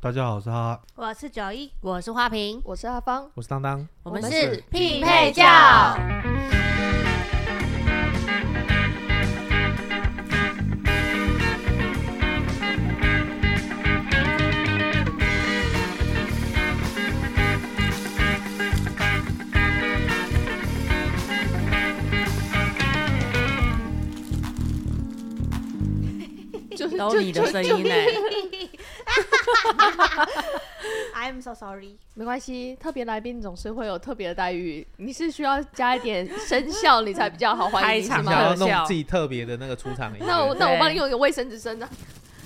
大家好，我是哈哈，我是九一，我是花瓶，我是阿芳，我是当当。我们们是是匹匹配配教教。 就是都你的声音呢、 I'm so sorry。没关系，特别来宾总是会有特别的待遇，你是需要加一点声效，你才比较好欢开迎你，是场想要吗的？弄自己特别的那个出场的音乐，那我那我对帮你用一个卫生纸声呢。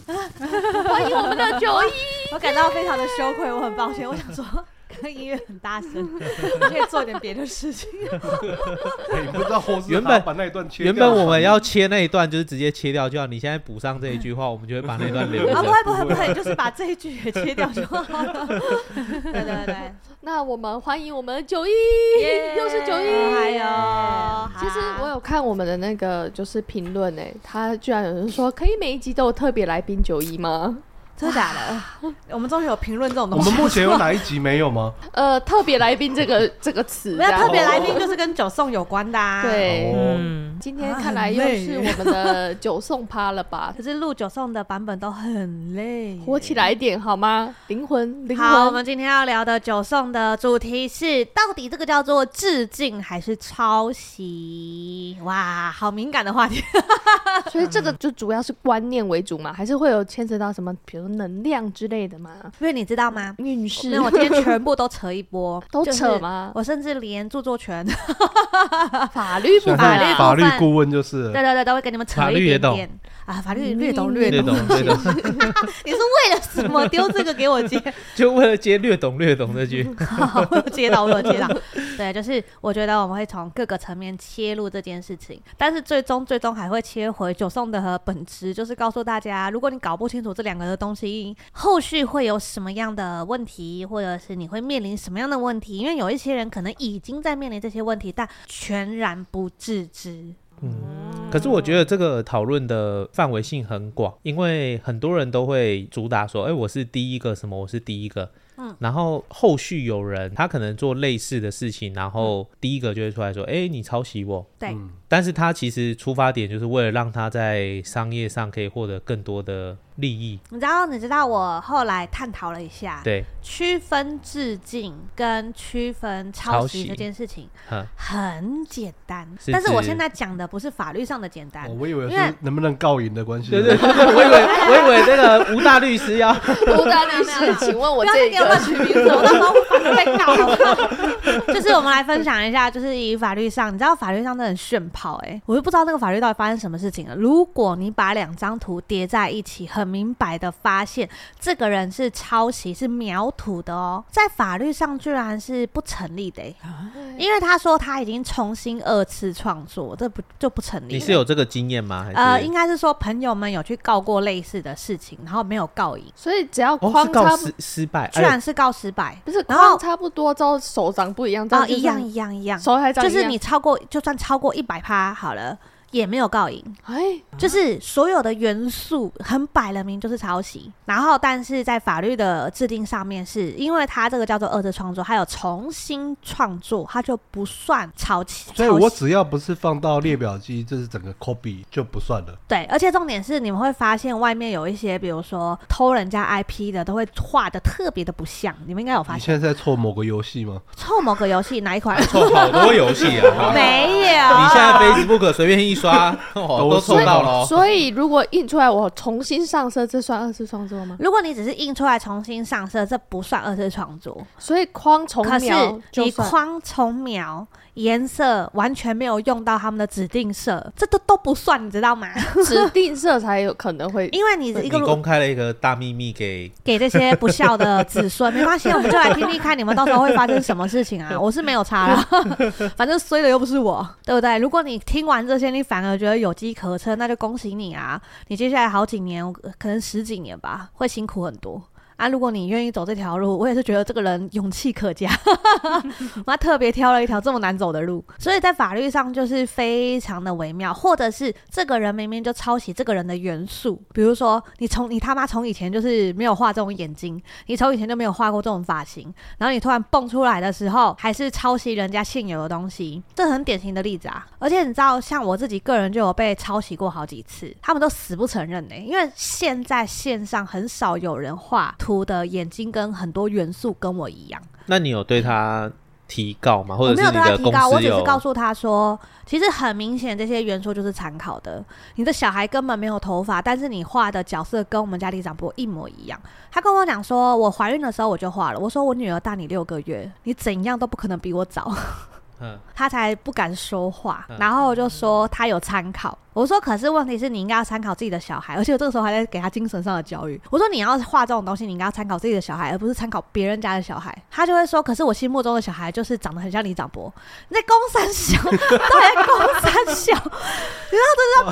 欢迎我们的九一，我感到非常的羞愧，我很抱歉。我想说，刚刚音乐很大声，你可以做点别的事情。 你不知道我是原本把那一段切掉原本我们要切那一段，就是直接切掉就好。你现在补上这一句话，我们就会把那段留 啊，不着。会不会不会，就是把这一句也切掉就好了。 对对 对，那我们欢迎我们的九一耶，哦又是九一，还有，其实我有看我们的那个就是评论诶，他居然有人说可以每一集都有特别来宾九一吗？真的假的？ 我们终于有评论这种 我东西们。目 前有哪一集没有吗？呃，特别来宾这个 这个词，没有这样特别来宾，就是啊跟九送有关的啊。，对。哦，嗯，今天看来又是我们的九送趴了吧可？是录九送的版本都很累。火起来一点好吗？灵魂，灵好，我魂们，今天要聊的九颂的主题是，到底这个叫做致敬还是抄袭？哇，好敏感的话题。 所以这个就主要是观念为主嘛，还是会有牵扯到什么，比如能量之类的嘛，因为你知道吗？运势，那我今天全部都扯一 波都扯吗？吗？我甚至连著作权，法律不现法法在律是律法部律分顾问就是 对对对，都会给你们扯法一律也点懂点啊，法律略懂略略懂懂。略懂，你是为了什么丢这个给我接？ 就为了接略懂略懂这句。好，我有接到，我有接到。对，就是我觉得我们会从各个层面切入这件事情，但是最终最终还会切回九颂的本质，就是告诉大家，如果你搞不清楚这两个的东西，后续会有什么样的问题，或者是你会面临什么样的问题，因为有一些人可能已经在面临这些问题，但全然不自知。可是我觉得这个讨论的范围性很广，因为很多人都会主打说，哎、我是第一个什么，我是第一个。嗯然后后续有人他可能做类似的事情，然后第一个就会出来说，哎、你抄袭我。嗯对，嗯但是他其实出发点就是为了让他在商业上可以获得更多的利益。你知道，你知道，我后来探讨了一下，对，区分致敬跟区分抄抄袭袭这件事情。嗯，很简单，是但是我指现在讲的不是法律上的简单哦，我以为因为是能不能告赢的关系。对对对对， 我以为我以为那个吴大律师 要不大律师，请问我不要再这给我乱 个取名字，我到时候反而被告了。就是我们来分享一下，就是以法律上，你知道法律上都很炫跑哎、我就不知道那个法律到底发生什么事情了。如果你把两张图叠在一起，很明白的发现这个人是抄袭，是描图的哦，在法律上居然是不成立的、欸，因为他说他已经重新二次创作，这不就不成立了？你是有这个经验吗？还是呃，应该是说朋友们有去告过类似的事情，然后没有告赢，所以只要哦，框是差告不失失败，居哎然是告失败。不是然后框差不多，之后手长不一样，这啊、样就是一样，一样一样，手还长就一样是你超过，就算超过一百趴好了，也没有告赢，哎，啊就是所有的元素很摆了明就是抄袭。然后，但是在法律的制定上面是，因为它这个叫做二次创作，还有重新创作，它就不算抄袭。所以抄袭我只要不是放到列表机，这是整个 copy 就不算了。对，而且重点是你们会发现外面有一些，比如说偷人家 IP 的，都会画的特别的不像，你们应该有发你现。现在在凑某个游戏吗？凑某个游戏哪一款？凑 哎好多游戏 啊！没有，你现在 Facebook 随便一 刷，哦，都都凑是到了哦。所以如果印出来我重新上色，这算二次创作吗？如果你只是印出来重新上色，这不算二次创作。所以框重可是描就你算框重描、颜色完全没有用到他们的指定色，这都都不算，你知道吗？ 指定色才有可能会。因为你一你个公开了一个大秘密给给这些不孝的子孙，没关系，我们就来听听看你们到时候会发生什么事情啊！我是没有差啦， 反正衰的又不是我，对不对？如果你听完这些，你反而觉得有机可乘，那就恭喜你啊！你接下来好几年，可能十几年吧，会辛苦很多。啊，如果你愿意走这条路，我也是觉得这个人勇气可嘉。我还特别挑了一条这么难走的路，所以在法律上就是非常的微妙，或者是这个人明明就抄袭这个人的元素，比如说你从你他妈从以前就是没有画这种眼睛，你从以前就没有画过这种发型，然后你突然蹦出来的时候，还是抄袭人家现有的东西，这很典型的例子啊。而且你知道，像我自己个人就有被抄袭过好几次，他们都死不承认呢、因为现在线上很少有人画图的眼睛跟很多元素跟我一样。那呃你有对他提告吗？或我者没是有你对他的提公高，我司只是有？告诉他说，其实很明显这些元素就是参考的。你的小孩根本没有头发，但是你画的角色跟我们家里长伯一模一样。他跟我讲说，我怀孕的时候我就画了。我说我女儿大你六个月，你怎样都不可能比我早。嗯， 他才不敢说话嗯，然后我就说他有参考。我说，可是问题是你应该要参考自己的小孩，而且我这个时候还在给他精神上的教育。我说你要画这种东西，你应该要参考自己的小孩，而不是参考别人家的小孩。他就会说，可是我心目中的小孩就是长得很像李长博。你在攻三小， 到底在攻三小？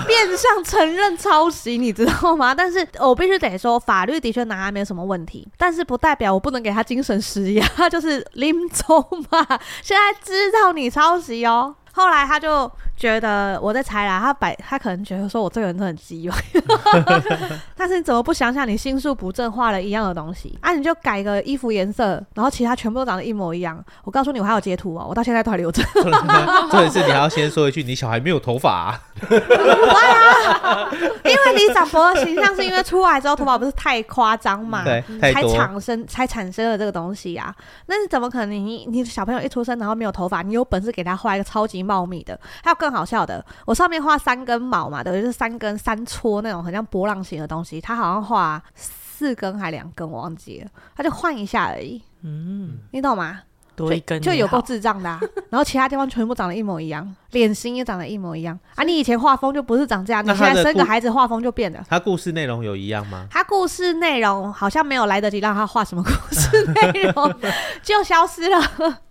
变相承认抄袭，你知道吗？但是我必须得说，法律的确拿来没有什么问题，但是不代表我不能给他精神施压，就是拎走嘛。现在知道你抄袭哦。后来他就觉得我在猜啦，他摆他可能觉得说我这个人真的很鸡吧，但是你怎么不想想你心术不正，画了一样的东西啊？你就改个衣服颜色，然后其他全部都长得一模一样。我告诉你，我还有截图哦，我到现在都还留着。重点是你还要先说一句，你小孩没有头发、啊，因为李长博的形象是因为出来之后头发不是太夸张 嘛，啊对，太嗯才多。产生才产生了这个东西呀、那你怎么可能你？你小朋友一出生然后没有头发，你有本事给他画一个超级茂密的？还有更好笑的，我上面画三根毛嘛，等于是三根三撮那种很像波浪形的东西，他好像画四根还两根，我忘记了，他就换一下而已，嗯，你懂吗？多一根就也有够好智障的、啊，然后其他地方全部长得一模一样，脸型也长得一模一样啊！你以前画风就不是长这样，你那现他的在生个故孩子画风就变了。他故事内容有一样吗？他故事内容好像没有来得及让他画什么故事内容，就消失了。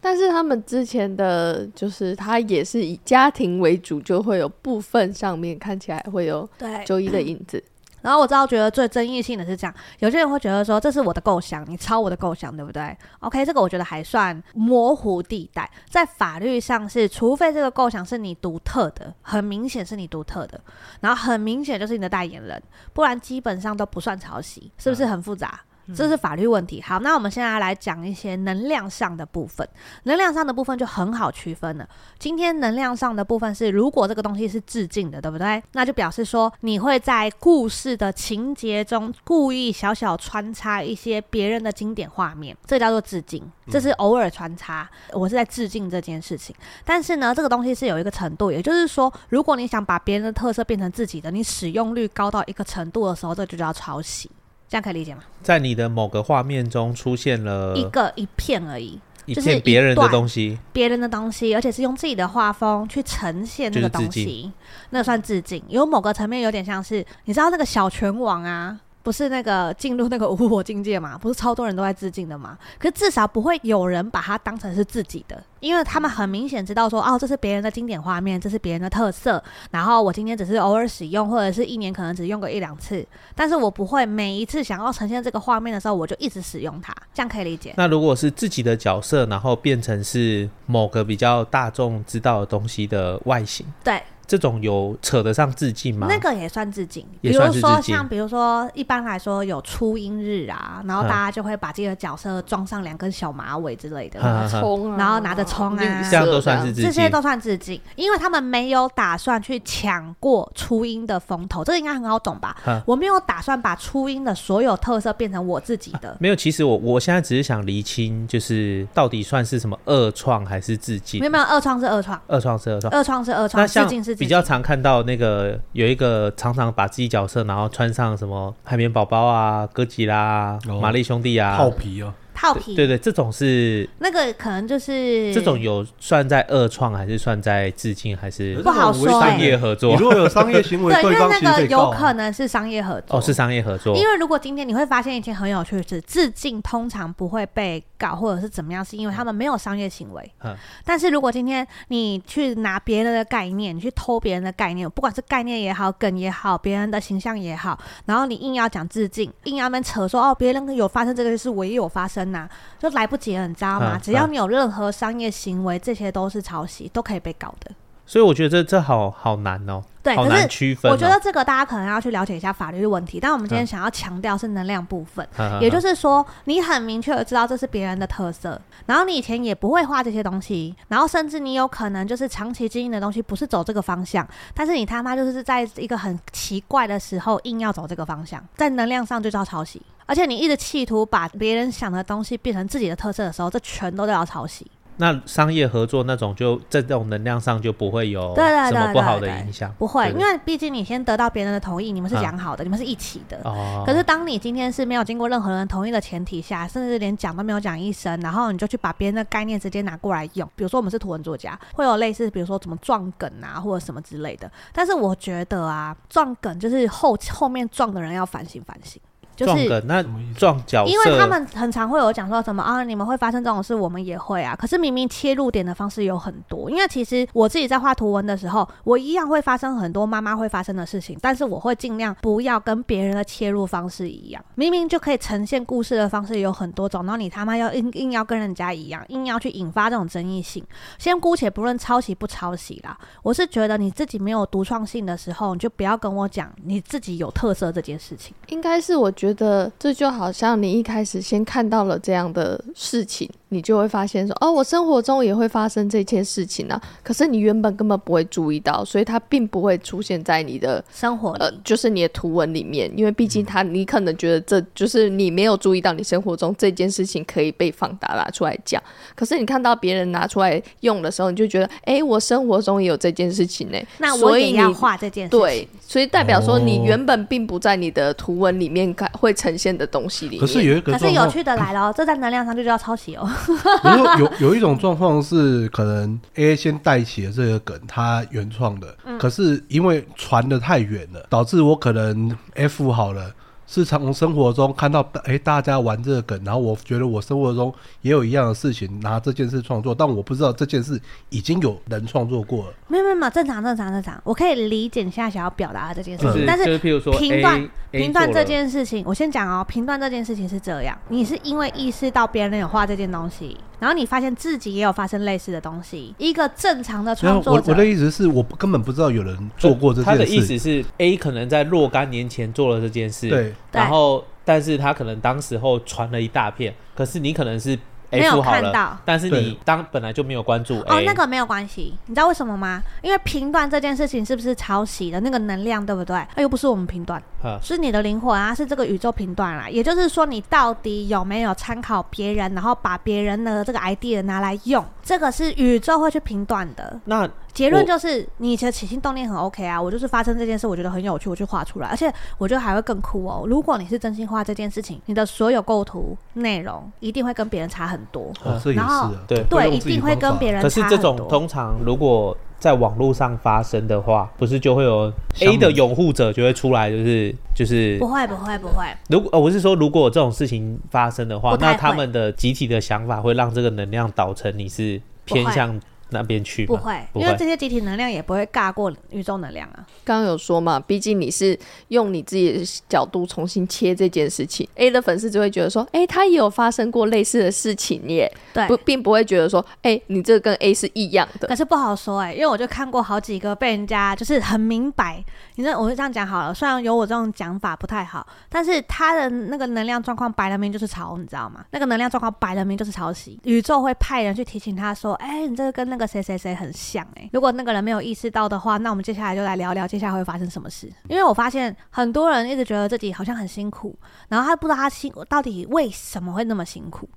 但是他们之前的就是他也是以家庭为主，就会有部分上面看起来会有对九一的影 子。然后我知道，觉得最争议性的是这样，有些人会觉得说这是我的构想，你抄我的构想，对不对？OK，这个我觉得还算模糊地带，在法律上是，除非这个构想是你独特的，很明显是你独特的，然后很明显就是你的代言人，不然基本上都不算抄袭，是不是很复杂？这是法律问题。好，那我们现在来讲一些能量上的部分。能量上的部分就很好区分了。今天能量上的部分是，如果这个东西是致敬的，对不对？那就表示说你会在故事的情节中故意小小穿插一些别人的经典画面，这叫做致敬。这是偶尔穿插，我是在致敬这件事情。但是呢，这个东西是有一个程度，也就是说，如果你想把别人的特色变成自己的，你使用率高到一个程度的时候，这就叫抄袭。这样可以理解吗？在你的某个画面中出现了一个一片而已，一就是片一别人的段东西，别人的东西，而且是用自己的画风去呈现那个东就是致西，那算致敬。有某个层面有点像是，你知道那个小拳王啊，不是那个进入那个无我境界嘛？不是超多人都在致敬的嘛？可至少不会有人把它当成是自己的，因为他们很明显知道说，哦，这是别人的经典画面，这是别人的特色，然后我今天只是偶尔使用，或者是一年可能只用个一两次，但是我不会每一次想要呈现这个画面的时候，我就一直使用它，这样可以理解。那如果是自己的角色，然后变成是某个比较大众知道的东西的外形，对，这种有扯得上致敬吗？那个也算致敬，也比如算是说致敬像比如说一般来说有初音日啊，然后大嗯家就会把自己的角色装上两根小马尾之类的，啊哈冲啊，然后拿着冲啊绿色这样都算是这致些敬。都算致敬，因为他们没有打算去抢过初音的风头，这个应该很好懂吧？嗯我没有打算把初音的所有特色变成我自己 的，没有，其实我我现在只是想厘清，就是到底算是什么恶创还是致敬没有？没有，二创是二创，恶创是恶创。二创是二那创，致像敬是致比较敬。常看到那个有一个常常把自己角色，然后穿上什么海绵宝宝啊、哥吉拉啊、哦玛丽兄弟啊，泡皮哦，套皮，对对，这种是那个可能就是这种有算在二创，还是算在致敬，还是不好说商哎业合你作？如果有商业行为，对，因为方那其实可个以告有啊。可能是商业合 作哦，是商业合作，因为如果今天你会发现一件很有趣的事，致敬通常不会被告或者是怎么样，是因为他们没有商业行为。嗯但是如果今天你去拿别人的概念，你去偷别人的概念，不管是概念也好、梗也好、别人的形象也好，然后你硬要讲致敬，硬要们扯说哦，别人有发生这个事，我也有发生呐、就来不及了，你知道吗？嗯只要嗯你有任何商业行为，这些都是抄袭，都可以被告的。所以我觉得这这好好难哦，对，好可是难区分哦。我觉得这个大家可能要去了解一下法律的问题，但我们今天嗯想要强调是能量部分，得也就是是说你很明确的知道这是别人的特色，然后你以前也不会画这些东西，然后甚至你有可能就是长期经营的东西不是走这个方向，但是你他妈就是在一个很奇怪的时候硬要走这个方向，在能量上就叫抄袭，而且你一直企图把别人想的东西变成自己的特色的时候，这全都叫抄袭。那商业合作那种就，在这种能量上就不会有对对什么对不对好的对影响，不会，对因对为毕竟你先得到别人的同意，你们是讲好的，你们是一起的。哦，可是当你今天是没有经过任何人同意的前提下，甚至连讲都没有讲一声，然后你就去把别人的概念直接拿过来用，比如说我们是图文作家，会有类似比如说怎么撞梗啊，或者什么之类的。但是我觉得啊，撞梗就是后后面撞的人要反省反省，就撞是。梗那什么意思？撞角色，因为他们很常会有讲说什么啊，你们会发生这种事，我们也会啊。可是明明切入点的方式有很多，因为其实我自己在画图文的时候，我一样会发生很多妈妈会发生的事情，但是我会尽量不要跟别人的切入方式一样。明明就可以呈现故事的方式有很多种，然后你他妈要硬硬要跟人家一样，硬要去引发这种争议性。先姑且不论抄袭不抄袭啦，我是觉得你自己没有独创性的时候，你就不要跟我讲你自己有特色这件事情。应该是我觉得这就好像你一开始先看到了这样的事情，你就会发现说，哦，我生活中也会发生这件事情啊。可是你原本根本不会注意到，所以它并不会出现在你的生活里，呃，就是你的图文里面，因为毕嗯竟它你可能觉得这就是你没有注意到你生活中这件事情可以被放大拿出来讲，可是你看到别人拿出来用的时候，你就觉得，哎、我生活中也有这件事情呢、那我所以也你要画这件事情。对，所以代表说哦你原本并不在你的图文里面看会呈现的东西里面。可是有一个可状是有况，趣的来了哦，这在能量上就叫抄袭哦。 比如说有有一种状况是，可能 A 先带起了这个梗，他原创的，可是因为传的太远了，导致我可能 F 好了。是从生活中看到，哎、大家玩这个梗，然后我觉得我生活中也有一样的事情，拿这件事创作，但我不知道这件事已经有人创作过了。没有没有没有，正常正常正常，我可以理解你现在想要表达的这件事就情，嗯是但。嗯就是是譬如说评 A- 断 A 评断做这了件事情，我先讲哦。评断这件事情是这样，你是因为意识到别人有画这件东西，然后你发现自己也有发生类似的东西。一个正常的然创后我作我者的，意思是我根本不知道有人做过这件他事。的意思是 A 可能在若干年前做了这件事，，对，然后但是他可能当时候传了一大片，可是你可能是没有 F 好看到了，但是你对当本来就没有关注 A，、哎哦，那个没有关系，你知道为什么吗？因为评断这件事情是不是抄袭的那个能量，对不对？那又不是我们评断。啊是你的灵魂啊，是这个宇宙频段啦。也就是说，你到底有没有参考别人，然后把别人的这个 idea 拿来用，这个是宇宙会去评断的。那结论我就是你的起心动念很 OK 啊，我就是发生这件事，我觉得很有趣，我就画出来，而且我觉得还会更酷哦。如果你是真心画这件事情，你的所有构图内容一定会跟别人差很多，嗯哦，这也是然后啊，对对，用一自己定会方跟法别人可是差这很种多。通常如果在网络上发生的话，不是就会有乡 A 民的拥护者就会出来，就是就是不，会不会不会，如果、呃我是说，如果这种事情发生的话不，太那会他们的集体的想法会让这个能量导成你是偏不会向那边去不吗？会，不因为会这些集体能量也不会尬过宇宙能量啊。刚刚有说嘛，毕竟你是用你自己的角度重新切这件事情，A 的粉丝就会觉得说，哎、他也有发生过类似的事情耶，对不，并不会觉得说，哎、你这个跟 A 是一样的可。是不好说哎、因为我就看过好几个被人家就是很明白，你知道我就这样讲好了，虽然有我这种讲法不太好，但是他的那个能量状况摆了明就是抄，你知道吗？那个能量状况摆了明就是抄袭，宇宙会派人去提醒他说，哎、你这个跟那个谁谁谁很像哎、如果那个人没有意识到的话，那我们接下来就来聊聊接下来会发生什么事，因为我发现很多人一直觉得自己好像很辛苦，然后他不知道他辛到底为什么会那么辛苦。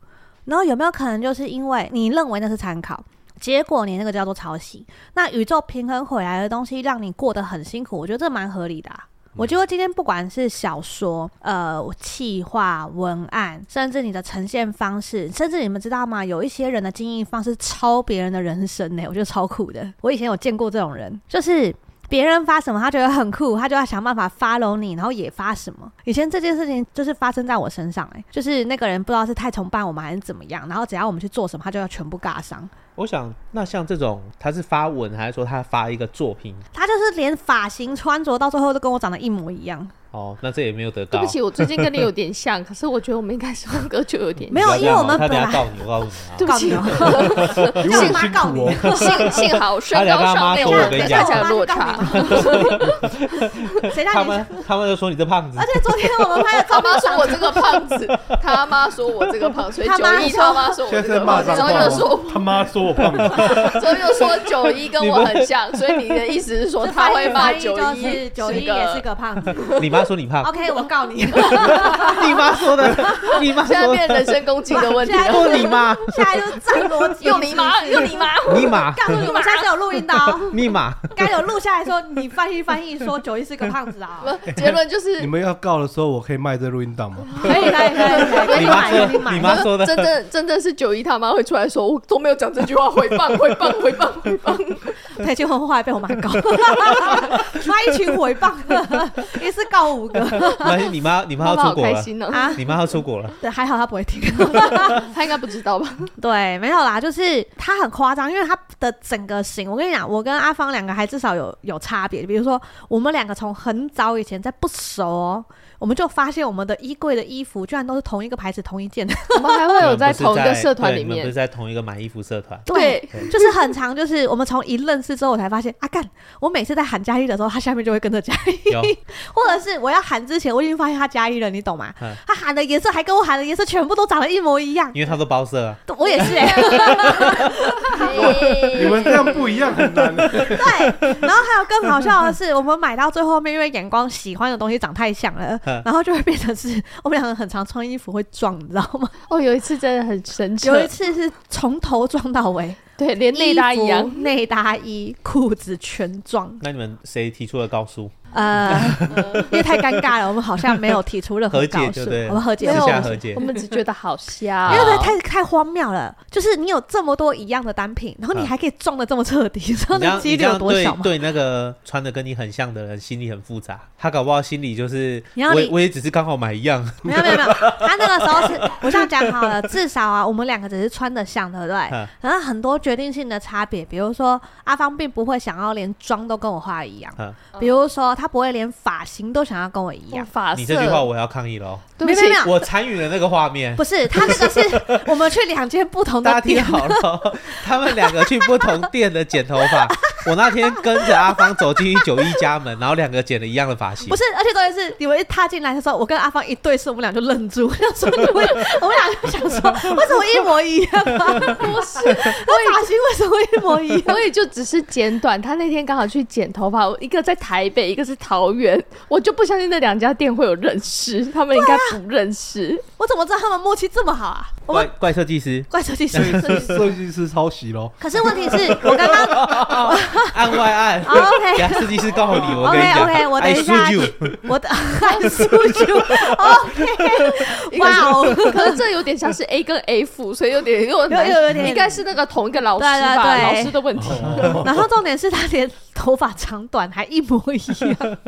然后有没有可能就是因为你认为那是参考，结果你那个叫做抄袭，那宇宙平衡回来的东西让你过得很辛苦，我觉得这蛮合理的、啊。我觉得今天不管是小说、呃，企划、文案，甚至你的呈现方式，甚至你们知道吗？有一些人的经营方式抄别人的人生呢、我觉得超酷的。我以前有见过这种人，就是。别人发什么，他觉得很酷，他就要想办法 follow 你，然后也发什么。以前这件事情就是发生在我身上、哎，就是那个人不知道是太崇拜我们还是怎么样，然后只要我们去做什么，他就要全部尬上。我想，那像这种他是发文还是说他发一个作品？他就是连发型、穿着到最后都跟我长得一模一样。哦，那这也没有得告对不。起，我最近跟你有点像，可是我觉得我们应该是风格就 有点你没有不要因这为样我哦们他本等下来告你，我告诉 你啊。对不起，哦告你 有像点妈辛告你苦哦。幸 幸好身他高俩妈上妈没有说我让跟你大讲家的落差。 谁让他你们？他们就说你这胖子 而，且昨天我们拍的照片他妈说我这个胖子，他妈说我这个胖，所以他九妈一说他妈说我这现在个在骂胖，然脏话后吗又说，他妈说我胖子，然后又说九一跟我很像，所以你的意思是说他会骂这九翻译就是一九一一也是个 胖子。你妈说你胖， OK，我告你， 你妈说的，你妈 现在说变的，人身攻击的问题 现在了，不你妈，现在就是张逻辑，用你 妈，用 你妈，你妈，告诉你，我们现在是有录音的哦， 你妈，该有录下来说你翻译翻译说九一是个胖子 啊。不结论就是你们要告的时候，我可以卖这录音档吗？可以可以可以可以，你妈买说给的，你买。妈说的，真的真的是九一他妈会出来说，我都没有讲这句话，回放回放回放回放。对，结婚后来被我妈告， 妈一群回谤，一次告五个没事你妈，你妈妈要妈出好国开了，心哦，啊。你妈要出国了，对，还好他不会听。他应该不知道吧？对，没有啦，就是他很夸张，因为他的整个型，我跟你讲，我跟阿芳两个还至少有有差别。比如说，我们两个从很早以前在不熟哦，我们就发现我们的衣柜的衣服居然都是同一个牌子、同一件的。我们还会有在你们不是同一个社团对里你们不是面，在同一个买衣服社团，对，对就是很长，就是我们从一认识之后，我才发现，啊干，我每次在喊加一的时候，他下面就会跟着加一，有或者是我要喊之前，我已经发现他加一了，你懂吗嗯？他喊的颜色还跟我喊的颜色全部都长得一模一样，因为他都包色 啊，我也是哎、你们这样不一样，很难。对， 然后还有更好笑的是，我们买到最后面，因为眼光喜欢的东西长太像了 嗯，然后就会变成是我们两个很常穿衣服会撞， 你知道吗？哦，有一次真的很神奇，有一次是从头撞到尾，对，连内搭一衣样。服内搭衣、裤子全撞，那你们谁提出了告诉？ 呃，因为太尴尬了，我们好像没有提出任何和解告对诉不对，我们和解私没有下和解我，们只觉得好笑，因啊为太太荒谬了，就是你有这么多一样的单品，然后你嗯还可以撞 的这么彻底，你知道你这那样几你率这有样多对小吗？对那个穿的跟你很像的人心里很复杂，他搞不好心里就是你要我理也我也只是刚好买一样，没有没有没有，他那个时候是，我这样讲好了，至少啊，我们两个只是穿的像，对不对嗯？然后很多决定性的差别，比如说阿芳并不会想要连妆都跟我画一样嗯，比如说他不会连发型都想要跟我一哦样。发色。你这句话我要抗议喽，对不起没有没有我参与了那个画面。不是，他那个是我们去两间不同大家的听店，好了，他们两个去不同店的剪头发。 我那天跟着阿芳走进去九一家门，然后两个剪了一样的发型不。是，而且重点是，你们一踏进来的时候，我跟阿芳一对视，我们俩就愣住，想说你们，我们俩就想说，为什么一模一样啊？不 是，那发型为什么一模一样？ 我也就只是剪短。他那天刚好去剪头发，一个在台北，一个是桃园，我就不相信那两家店会有认识，他们应该不认识。我怎么知道他们默契这么好啊？我怪们怪设计 师怪设计师所。以是设计师抄袭喽。可是问题是我刚刚按外按，哦，OK 给他设计师告你，我跟你 OK，OK，讲我等 I 一下 sued you，我的 还数据 OK，哇哦，可是这有点像是 A 跟 F，所以有点有点有有有点应该是那个同一个老师对对啊吧，对老师的问题。然后重点是他连头发长短还一模一 样，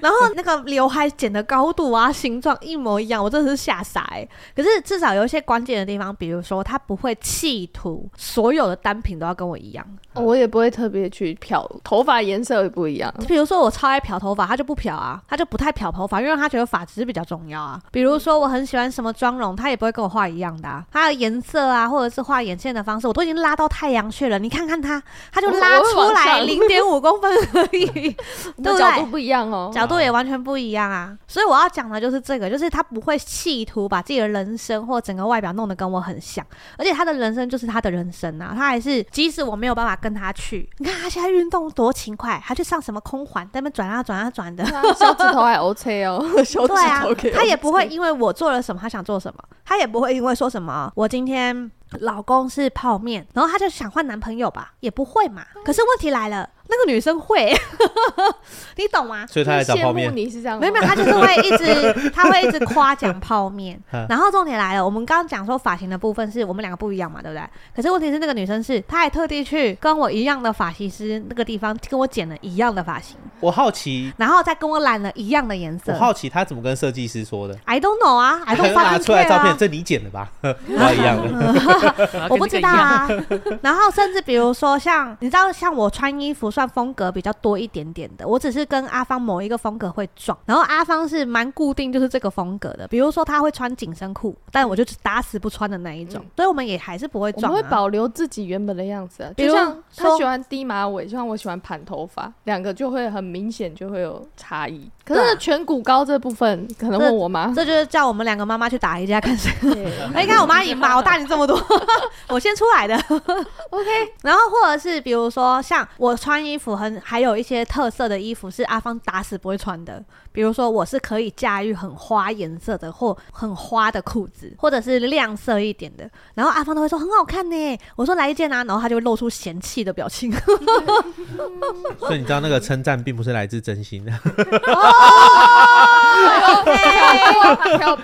然后那个刘海剪的高度啊、形状一模一样，我真的是吓傻哎、可是至少有一些关键的地方，比如说他不会企图所有的单品都要跟我一样，哦我也不会特别去漂，头发颜色也不一样。比如说我超爱漂头发，他就不漂啊，他就不太漂头发，因为他觉得发质比较重要啊。比如说我很喜欢什么妆容，他也不会跟我画一样的、啊，他的颜色啊，或者是画眼线的方式，我都已经拉到太阳穴了。你看看他，他就拉我出会往来上零点五公分而 已，你对的不角度对？不一样哦。角度也完全不一样啊，所以我要讲的就是这个，就是他不会企图把自己的人生或整个外表弄得跟我很像，而且他的人生就是他的人生啊，他还是即使我没有办法跟他去，你看他现在运动多勤快，他去上什么空环，在那边转啊转啊转 的，他小指头还 OK 哦，小指对啊头给，他也不 OK 会因为我做了什么，他想做什么，他也不会因为说什么我今嗯天老公是泡面，然后他就想换男朋友吧，也不会嘛。可是问题来了，那个女生会， 你懂吗？所以他来找泡羡慕面，你是这样吗，没有，没有，他就是会一 直，他会一直夸奖泡面嗯。然后重点来了，我们刚刚讲说发型的部分是我们两个不一样嘛，对不对？可是问题是那个女生是，她还特地去跟我一样的发型师那个地方跟我剪了一样的发型，我好奇，然后再跟我染了一样的颜我色。好奇他怎么跟设计师说的？ I don't know 啊，I 他 don't 拿 fucking 出来 care 照片，啊。这你剪的吧？啊，一 样的，我不知道啊， 然后甚至比如说像你知道，像我穿衣服算风格比较多一点点的，我只是跟阿芳某一个风格会撞，然后阿芳是蛮固定就是这个风格的，比如说她会穿紧身裤，但我就打死不穿的那一种，所以我们也还是不会嗯我撞、们啊。会保留自己原本的样子、啊，比如就像他说喜欢低马尾，就像我喜欢盘头发，两个就会很明显就会有差异。可对啊是颧骨高这部分，可能问我妈，这就是叫我们两个妈妈去打一架看谁。 哎，应该我妈赢吧，我大你这么多， 我先出来的。OK，然后或者是比如说像我穿衣服很，还有一些特色的衣服是阿芳打死不会穿的，比如说我是可以驾驭很花颜色的或很花的裤子，或者是亮色一点的，然后阿芳都会说很好看呢。我说来一件啊，然后她就会露出嫌弃的表情。 所以你知道那个称赞并不是来自真 心的，挑拨挑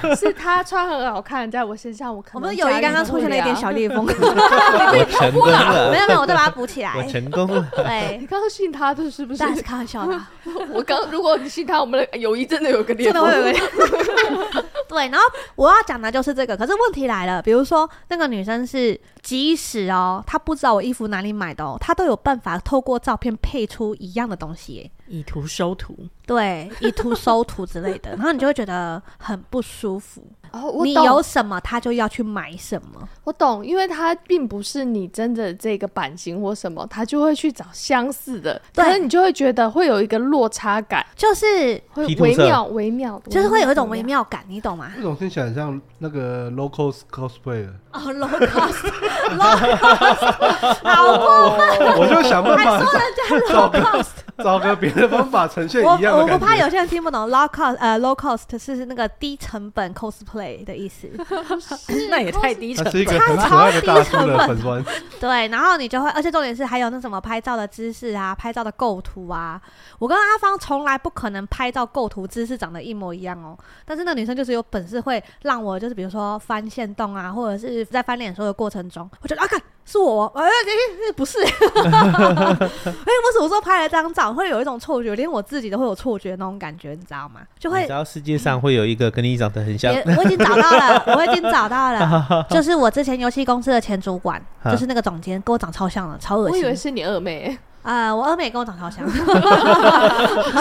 拨，是他穿很好看，在我身上我可我能们友谊刚刚出现了一点驾驭小裂 缝，我成功没了，有没有，啊我再把它补起来我。成功了。不一样。你对，刚刚信他这是不是？但是开玩笑的啊。 我刚如果你信他，我们的友谊真的有个裂真的缝会。有 对，然后我要讲的就是这个，可是问题来了，比如说那个女生是，即使哦，她不知道我衣服哪里买的哦，她都有办法透过照片配出一样的东西耶，以图收图，对，以图搜图之类的，然后你就会觉得很不舒服。哦，我你有懂，什么，她就要去买什么。我懂，因为他并不是你真的这个版型或什么，他就会去找相似的，对可是你就会觉得会有一个落差感，就是会批涂微色妙微妙，嗯就是会有一种微。妙感，你懂吗？这种听起来很像那个 local cosplay 的，哦，low cost，low cost，好过分，我就想办还法说人家 low cost。找个别的方法呈现我一样的我感怕觉。有些人听不懂 low cost，呃，low cost 是那个低成本 cosplay 的意 思。那也太低沉他了。是一个很可爱的大叔的粉砖，对，然后你就会，而且重点是还有那什么拍照的姿势啊，拍照的构图啊。我跟阿芳从来不可能拍照构图姿势长得一模一样哦，但是那女生就是有本事会让我，就是比如说翻线动啊，或者是在翻脸书的过程中，我觉得啊，看是我 哦，哎、哎哎不是，哎、 我什么时候拍了张照，会有一种错觉，连我自己都会有错觉那种感觉，你知道吗？就会你知道世界上会有一个跟你长得很像也，我已经找到了，我已经找到了，就是我之前游戏公司的前主管，就是那个总监，跟我长超像了，超恶我以为心。是你二妹， 啊！我二妹也跟我长超像，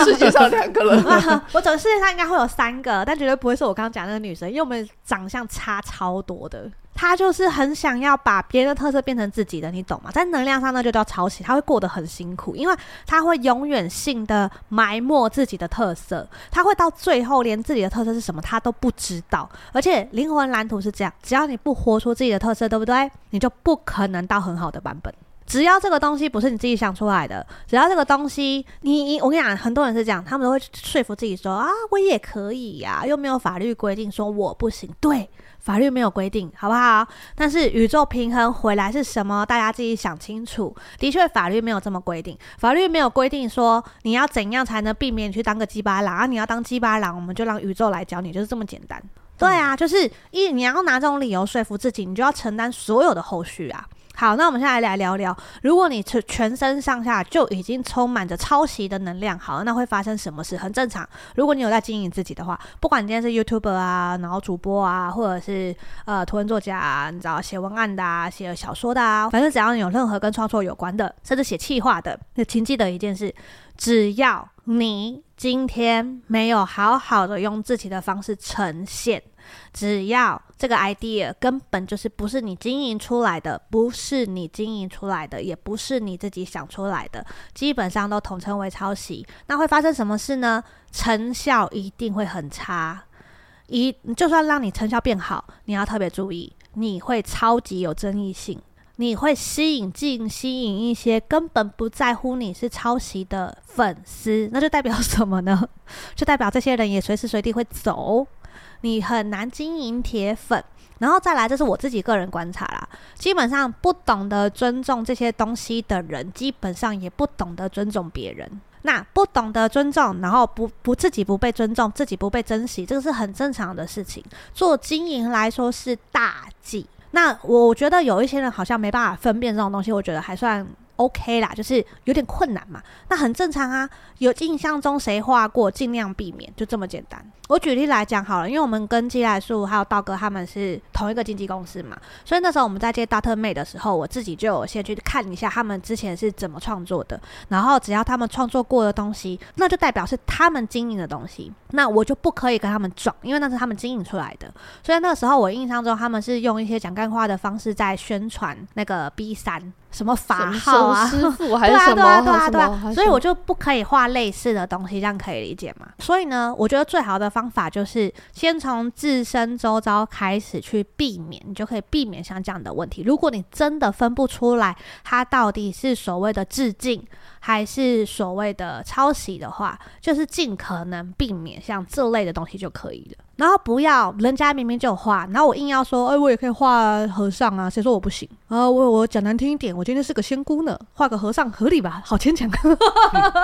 世界上两 个人，我整个世界上应该会有三个，但绝对不会是我刚刚讲的那个女生，因为我们长相差超多的。她就是很想要把别人的特色变成自己的，你懂吗？在能量上那就叫抄袭，她会过得很辛苦，因为她会永远性的埋没自己的特色，她会到最后连自己的特色是什么她都不知道。而且灵魂蓝图是这样，只要你不活出自己的特色，对不对？你就不可能到很好的版本。只要这个东西不啊是你自己想出来的，只要这个东西，你我跟你讲，很多人是这样，他们都会说服自己说啊，我也可以呀、又没有法律规定说我不行。对，法律没有规定，好不好？但是宇宙平衡回来是什么？大家自己想清楚。的确，法律没有这么规定，法律没有规定说你要怎样才能避免你去当个鸡巴狼啊，你要当鸡巴狼，我们就让宇宙来教你，就是这么简单。对啊，就是一你要拿这种理由说服自己，你就要承担所有的后续啊。好，那我们现在来聊聊，如果你全全身上下就已经充满着抄袭的能量，好，那会发生什么事？很正常。如果你有在经营自己的话，不管你今天是 YouTuber 啊，然后主播啊，或者是呃图文作家啊，你知道写文案的啊，写小说的啊，反正只要你有任何跟创作有关的，甚至写企划的，那请记得一件事：只要你今天没有好好的用自己的方式呈现。只要这个 idea 根本就是不是你经营出来的，不是你经营出来的，也不是你自己想出来的，基本上都统称为抄袭。那会发生什么事呢？成效一定会很差。一就算让你成效变好，你要特别注意，你会超级有争议性，你会吸引进吸引一些根本不在乎你是抄袭的粉丝，那就代表什么呢？就代表这些人也随时随地会走，你很难经营铁粉。然后再来，这是我自己个人观察啦。基本上不懂得尊重这些东西的人，基本上也不懂得尊重别人。那不懂得尊重，然后不不自己不被尊重，自己不被珍惜，这个是很正常的事情。做经营来说是大忌。那我觉得有一些人好像没办法分辨这种东西，我觉得还算 OK 啦，就是有点困难嘛，那很正常啊。有印象中谁画过，尽量避免，就这么简单。我举例来讲好了，因为我们跟基来树还有道哥他们是同一个经纪公司嘛，所以那时候我们在接 Dot 妹的时候，我自己就有先去看一下他们之前是怎么创作的，然后只要他们创作过的东西，那就代表是他们经营的东西，那我就不可以跟他们撞，因为那是他们经营出来的。所以那时候我印象中，他们是用一些讲干话的方式在宣传那个 B 三什么法号啊，什么师傅还对是啊，什对么？啊，对啊，对还是什啊，么所以我就不可以画类似的东西，这样可以理解吗？所以呢，我觉得最好的方法就是先从自身周遭开始去避免，你就可以避免像这样的问题。如果你真的分不出来它到底是所谓的致敬还是所谓的抄袭的话，就是尽可能避免像这类的东西就可以了。然后不要人家明明就有画，然后我硬要说，哎、我也可以画和尚啊，谁说我不行？啊、我我讲难听一点，我今天是个仙姑呢，画个和尚合理吧？好牵强。啊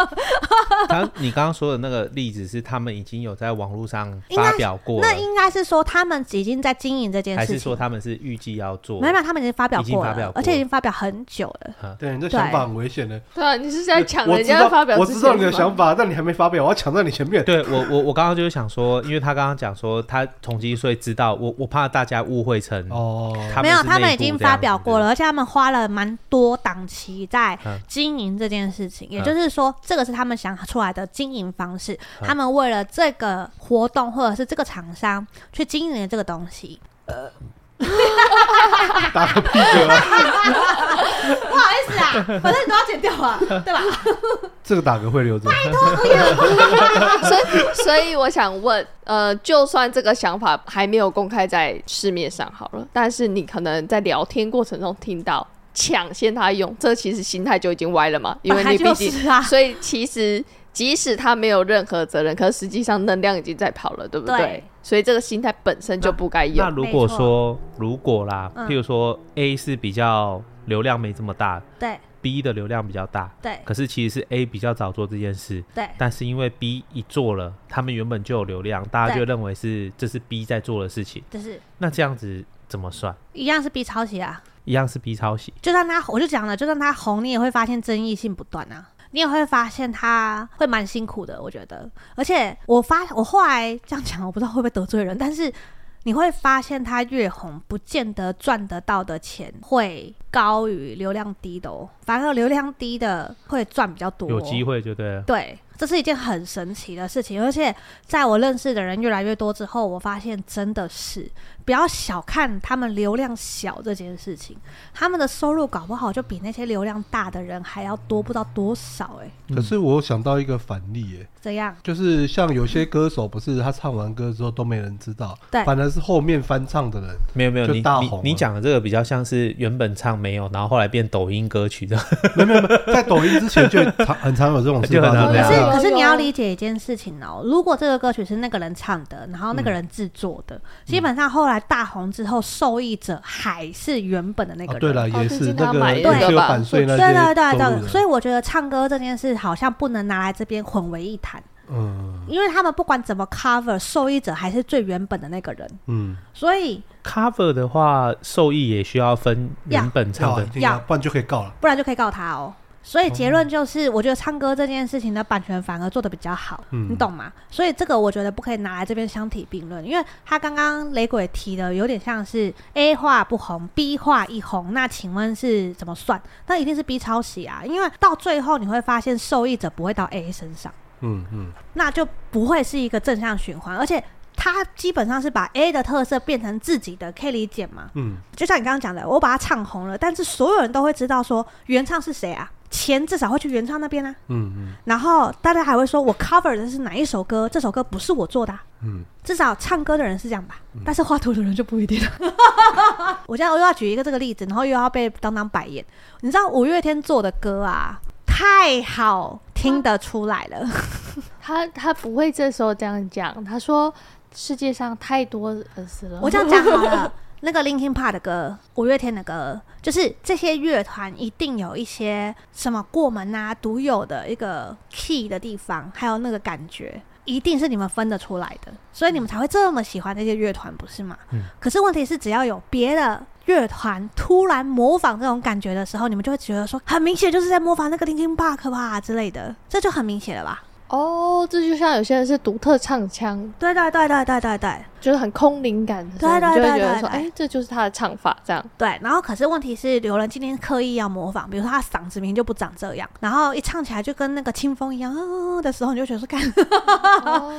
他你刚刚说的那个例子是他们已经有在网络上应该发是表过了，那应该是说他们已经在经营这件还事是说情，他们是预计要做？没有，没有他们已经发表已经过发了，表过而且已经发表很久了。对，你这对想法很危险的。对啊，你是在抢我人知道家发表我之知前道你的吗想法，但你还没发表，我要抢在你前面。对我我我刚刚就是想说，因为他刚刚讲说他统计税知道，我我怕大家误会成哦，他没有，是他们内已部经这样发表子过了，，而且他们花了蛮多档期在嗯经营这件事情。也嗯就是说，这个是他们想出来的经营方式。嗯他们为了这个活动或者是这个厂商去经营的这个东西。打个屁嗝啊，不好意思啊，反正你都要剪掉啊，对吧？这个打嗝会留着。啊所以， 所以我想问，呃，就算这个想法还没有公开在市面上好了，但是你可能在聊天过程中听到抢先他用，这其实心态就已经歪了嘛，因为 本来你就毕竟，是啊，所以其实即使他没有任何责任，可是实际上能量已经在跑了，对不对？对所以这个心态本身就不该有那。如果没错说如果啦，嗯譬如说 A 是比较流量没这么大对，B 的流量比较大，对可是其实是 A 比较早做这件事，对但是因为 B 一做了，他们原本就有流量，大家对就认为是这是 B 在做的事情，就是那这样子怎么算？一样是 B 抄袭啊。一样是 B 抄袭，就算他，我就讲了，就算他红，你也会发现争议性不断啊。你也会发现他会蛮辛苦的，我觉得。而且我发，我后来这样讲，我不知道会不会得罪人，但是你会发现他越红，不见得赚得到的钱会高于流量低的哦，反而流量低的会赚比较多、哦有机会就对了。对，这是一件很神奇的事情，而且在我认识的人越来越多之后，我发现真的是不要小看他们流量小这件事情，他们的收入搞不好就比那些流量大的人还要多，不知道多少哎、可是我想到一个反例，耶，这样就是像有些歌手，不是他唱完歌之后都没人知道，对反而是后面翻唱的人，没有没有，就你大你红你了讲的这个比较像是原本唱没有，然后后来变抖音歌曲的，在抖音之前就常很常有这种事就很发常生对可啊是这对啊可是你要理解一件事情哦，如果这个歌曲是那个人唱的，然后那个人制作的，基本上后来大红之后，受益者还是原本的那个啊人。对了，哦也最是近那他个买也那是个有吧版税对那对对些收入对，的所以我觉得唱歌这件事好像不能拿来这边混为一谈，嗯因为他们不管怎么 cover，受益者还是最原本的那个人，嗯，所以 cover 的话，受益也需要分原本要唱啊的一。定要，要不然就可以告了。不然就可以告他哦。所以结论就是，我觉得唱歌这件事情的版权反而做得比较好，嗯你懂吗？所以这个我觉得不可以拿来这边相提并论，因为他刚刚雷鬼提的有点像是 A 画不红，B 画一红，那请问是怎么算？那一定是 B 抄袭啊，因为到最后你会发现受益者不会到 A 身上。嗯嗯，那就不会是一个正向循环，而且它基本上是把 A 的特色变成自己的，可以理解吗？嗯，就像你刚刚讲的，我把它唱红了，但是所有人都会知道说原唱是谁啊，钱至少会去原唱那边啊，嗯嗯然后大家还会说我 cover 的是哪一首歌，这首歌不是我做的、啊。嗯，至少唱歌的人是这样吧，但是画图的人就不一定了。 我现在又要举一个这个例子，然后又要被当当白眼。你知道五月天做的歌啊，太 好听得出来了。他他不会这时候这样讲，他说世界上太多儿子了。我这样讲好了，那个 Linkin Park 的歌，五月天的歌，就是这些乐团一定有一些什么过门啊独有的一个 key 的地方，还有那个感觉。一定是你们分得出来的，所以你们才会这么喜欢这些乐团，不是吗？嗯可是问题是，只要有别的乐团突然模仿这种感觉的时候，你们就会觉得说，很明显就是在模仿那个 Linkin Park 吧之类的，这就很明显了吧？哦，这就像有些人是独特唱腔，对对对对对对对。就是很空灵感的时候，对对你就会觉对得对说，对哎，这就是他的唱法这 样。对，然后可是问题是，有人今天刻意要模仿，比如说他嗓子明明就不长这样，然后一唱起来就跟那个清风一样、啊、的时候，你就觉得说，干， 哦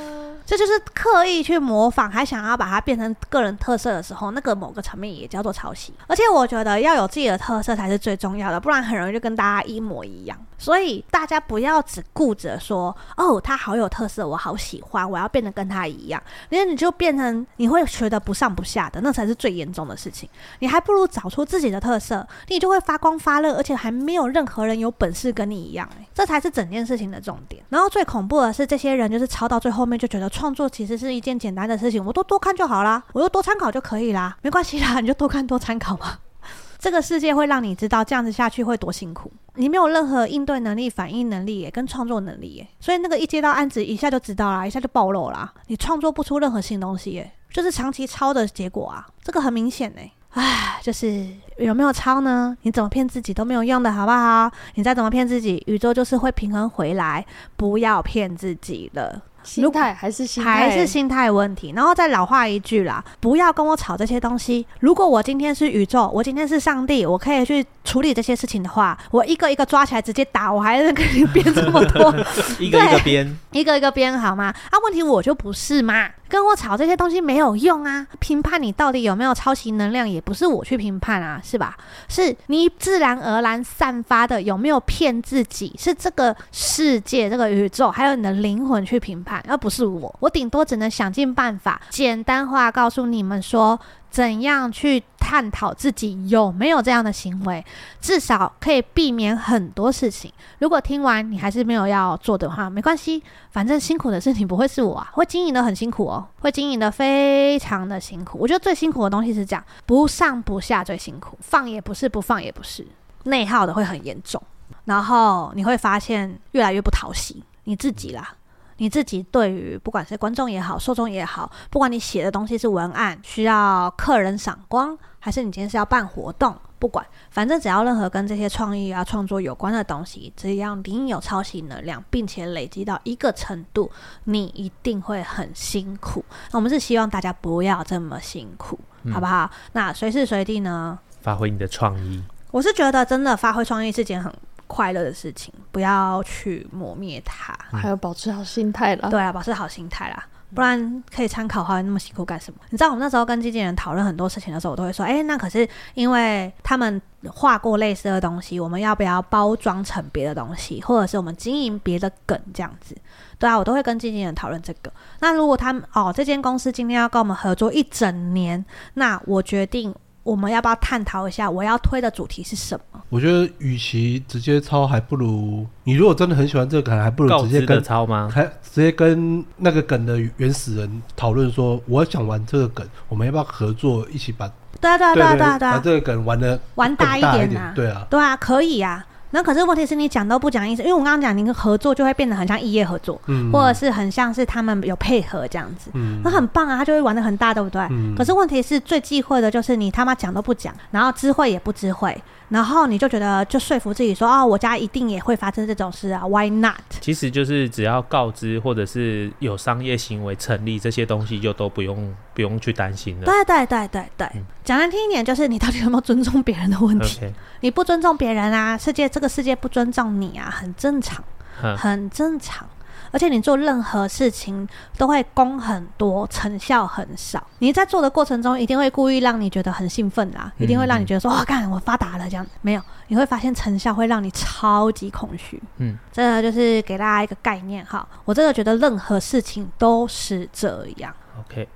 这就是刻意去模仿，还想要把它变成个人特色的时候，那个某个层面也叫做抄袭。而且我觉得要有自己的特色才是最重要的，不然很容易就跟大家一模一样。所以大家不要只顾着说，哦，他好有特色，我好喜欢，我要变得跟他一样，因为你就变成你会学得不上不下的，那才是最严重的事情。你还不如找出自己的特色，你就会发光发热，而且还没有任何人有本事跟你一样、欸，这才是整件事情的重点。然后最恐怖的是，这些人就是抄到最后面就觉得创作其实是一件简单的事情，我都多看就好啦，我就多参考就可以啦，没关系啦， 你就多看多参考嘛。 这个世界会让你知道，这样子下去会多辛苦。你没有任何应对能力、反应能力耶，跟创作能力耶，所以那个一接到案子，一下就知道啦，一下就暴露啦，你创作不出任何新东西耶，就是长期抄的结果啊，这个很明显哎。唉，就是有没有抄呢？你怎么骗自己都没有用的，好不好？你再怎么骗自己，宇宙就是会平衡回来。不要骗自己了。心态还是心态，还是心态问题。然后再老话一句啦，不要跟我吵这些东西。如果我今天是宇宙，我今天是上帝，我可以去处理这些事情的话，我一个一个抓起来直接打，我还能跟你编这么多，一个一个编，一个一个编好吗？啊，问题我就不是嘛，跟我吵这些东西没有用啊。评判你到底有没有抄袭能量，也不是我去评判啊，是吧？是你自然而然散发的有没有骗自己，是这个世界、这个宇宙，还有你的灵魂去评判，而不是我。我顶多只能想尽办法，简单化告诉你们说，怎样去探讨自己有没有这样的行为，至少可以避免很多事情。如果听完你还是没有要做的话，没关系，反正辛苦的事情不会是我啊， 会经营的很辛苦哦，会经营的非常的辛苦。我觉得最辛苦的东西是这样，不上不下最辛苦，放也不是，不放也不是，内耗的会很严重，然后你会发现越来越不讨喜，你自己啦。你自己对于不管是观众也好，受众也好，不管你写的东西是文案需要客人赏光，还是你今天是要办活动，不管，反正只要任何跟这些创意啊、创作有关的东西，只要你有抄袭能量，并且累积到一个程度，你一定会很辛苦。那我们是希望大家不要这么辛苦，嗯好不好？那随时随地呢，发挥你的创意。我是觉得真的发挥创意是件很快乐的事情，不要去磨灭它。还有保持好心态啦。对啊，保持好心态啦，不然可以参考好那么辛苦干什么？你知道我们那时候跟经纪人讨论很多事情的时候，我都会说，哎、那可是因为他们画过类似的东西，我们要不要包装成别的东西，或者是我们经营别的梗这样子？对啊，我都会跟经纪人讨论这个。那如果他们哦，这间公司今天要跟我们合作一整年，那我决定。我们要不要探讨一下我要推的主题是什么？我觉得与其直接抄，还不如你如果真的很喜欢这个梗，还不如告直接知的跟抄吗？还直接跟那个梗的原始人讨论说，我想玩这个梗，我们要不要合作一起把对啊，对啊，对啊，对啊，对把啊，这个梗玩的玩大一大一点啊！对啊，对啊，可以啊。那可是问题是你讲都不讲意思，因为我刚刚讲你跟合作就会变得很像异业合作，嗯，或者是很像是他们有配合这样子，嗯那很棒啊，他就会玩的很大，对不对？嗯可是问题是最忌讳的就是你他妈讲都不讲，然后知会也不知会，然后你就觉得就说服自己说哦，我家一定也会发生这种事啊，Why not？其实就是只要告知或者是有商业行为成立这些东西，就都不用不用去担心了。对对对对对嗯，讲难听一点就是你到底有没有尊重别人的问题， OK，你不尊重别人啊，世界这个世界不尊重你啊，很正常。哼很正常。而且你做任何事情都会功很多，成效很少。你在做的过程中，一定会故意让你觉得很兴奋啦，一定会让你觉得说哇，干我发达了这样。没有，你会发现成效会让你超级空虚。嗯，这就是给大家一个概念哈。我真的觉得任何事情都是这样。 ，OK，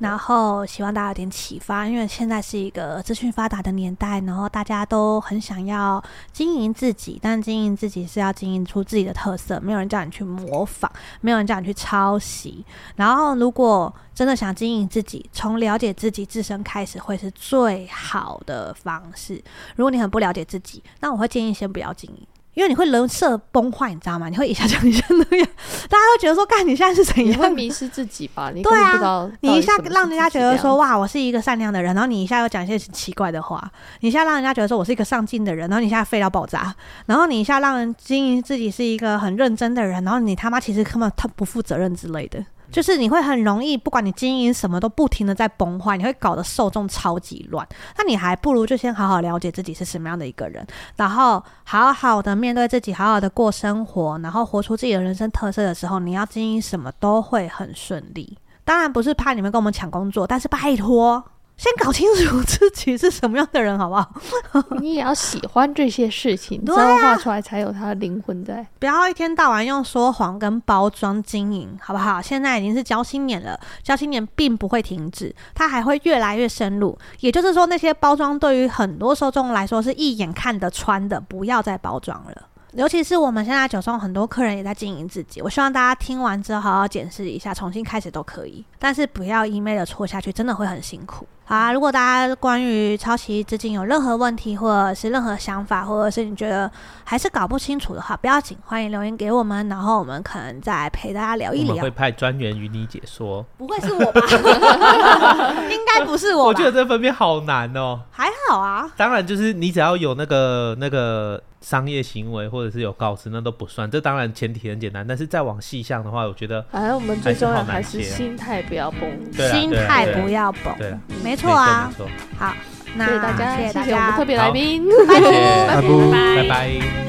然后希望大家有点启发，因为现在是一个资讯发达的年代，然后大家都很想要经营自己，但经营自己是要经营出自己的特色，没有人叫你去模仿，没有人叫你去抄袭。然后，如果真的想经营自己，从了解自己自身开始，会是最好的方式。如果你很不了解自己，那我会建议先不要经营。因为你会人设崩坏，你知道吗？你会一下这样一下那样， 大家会觉得说，干你现在是怎你样会的？迷失自己吧？你对根本啊不知道到你一底下什么是让人家自觉己的得样说子哇，我是一个善良的人，然后你一下又讲一些很奇怪的话，你一下让人家觉得说我是一个上进的人，然后你一下废到爆炸，然后你一下让人经营自己是一个很认真的人，然后你他妈其实根本他不负责任之类嗯的，就是你会很容易，不管你经营什么都不停的在崩坏，你会搞得受众超级乱。那你还不如就先好好了解自己是什么样的一个人，然后好好的面对自己，好好的过生活，然后活出自己的人生特色的时候，你要经营什么都会很顺利。当然不是怕你们跟我们抢工作，但是拜托，先搞清楚自己是什么样的人，好不好？你也要喜欢这些事情，对这啊样画出来才有它的灵魂在。不要一天到晚用说谎跟包装经营，好不好？现在已经是交心年了，交心年并不会停止，它还会越来越深入。也就是说，那些包装对于很多受众来说是一眼看得穿的，不要再包装了。尤其是我们现在九松很多客人也在经营自己，我希望大家听完之后好好检视一下，重新开始都可以，但是不要一昧的错下去，真的会很辛苦。好啊，如果大家关于抄袭资金有任何问题，或者是任何想法，或者是你觉得还是搞不清楚的话，不要紧，欢迎留言给我们，然后我们可能再陪大家聊一我们聊会。派专员与你解说。不会是我吧？ 应该不是我吧？我觉得这分辨好难哦、还好啊。当然，就是你只要有那个那个商业行为，或者是有告知，那都不算。这当然前提很简单，但是再往细项的话，我觉得反正我们最重要还是还是好难切啊心态不要崩。对啊心对啊态对啊不要崩，对啊，没没错啊。错，没错好，那谢谢大家，谢谢大我们家特，别来宾。谢谢，拜拜拜拜。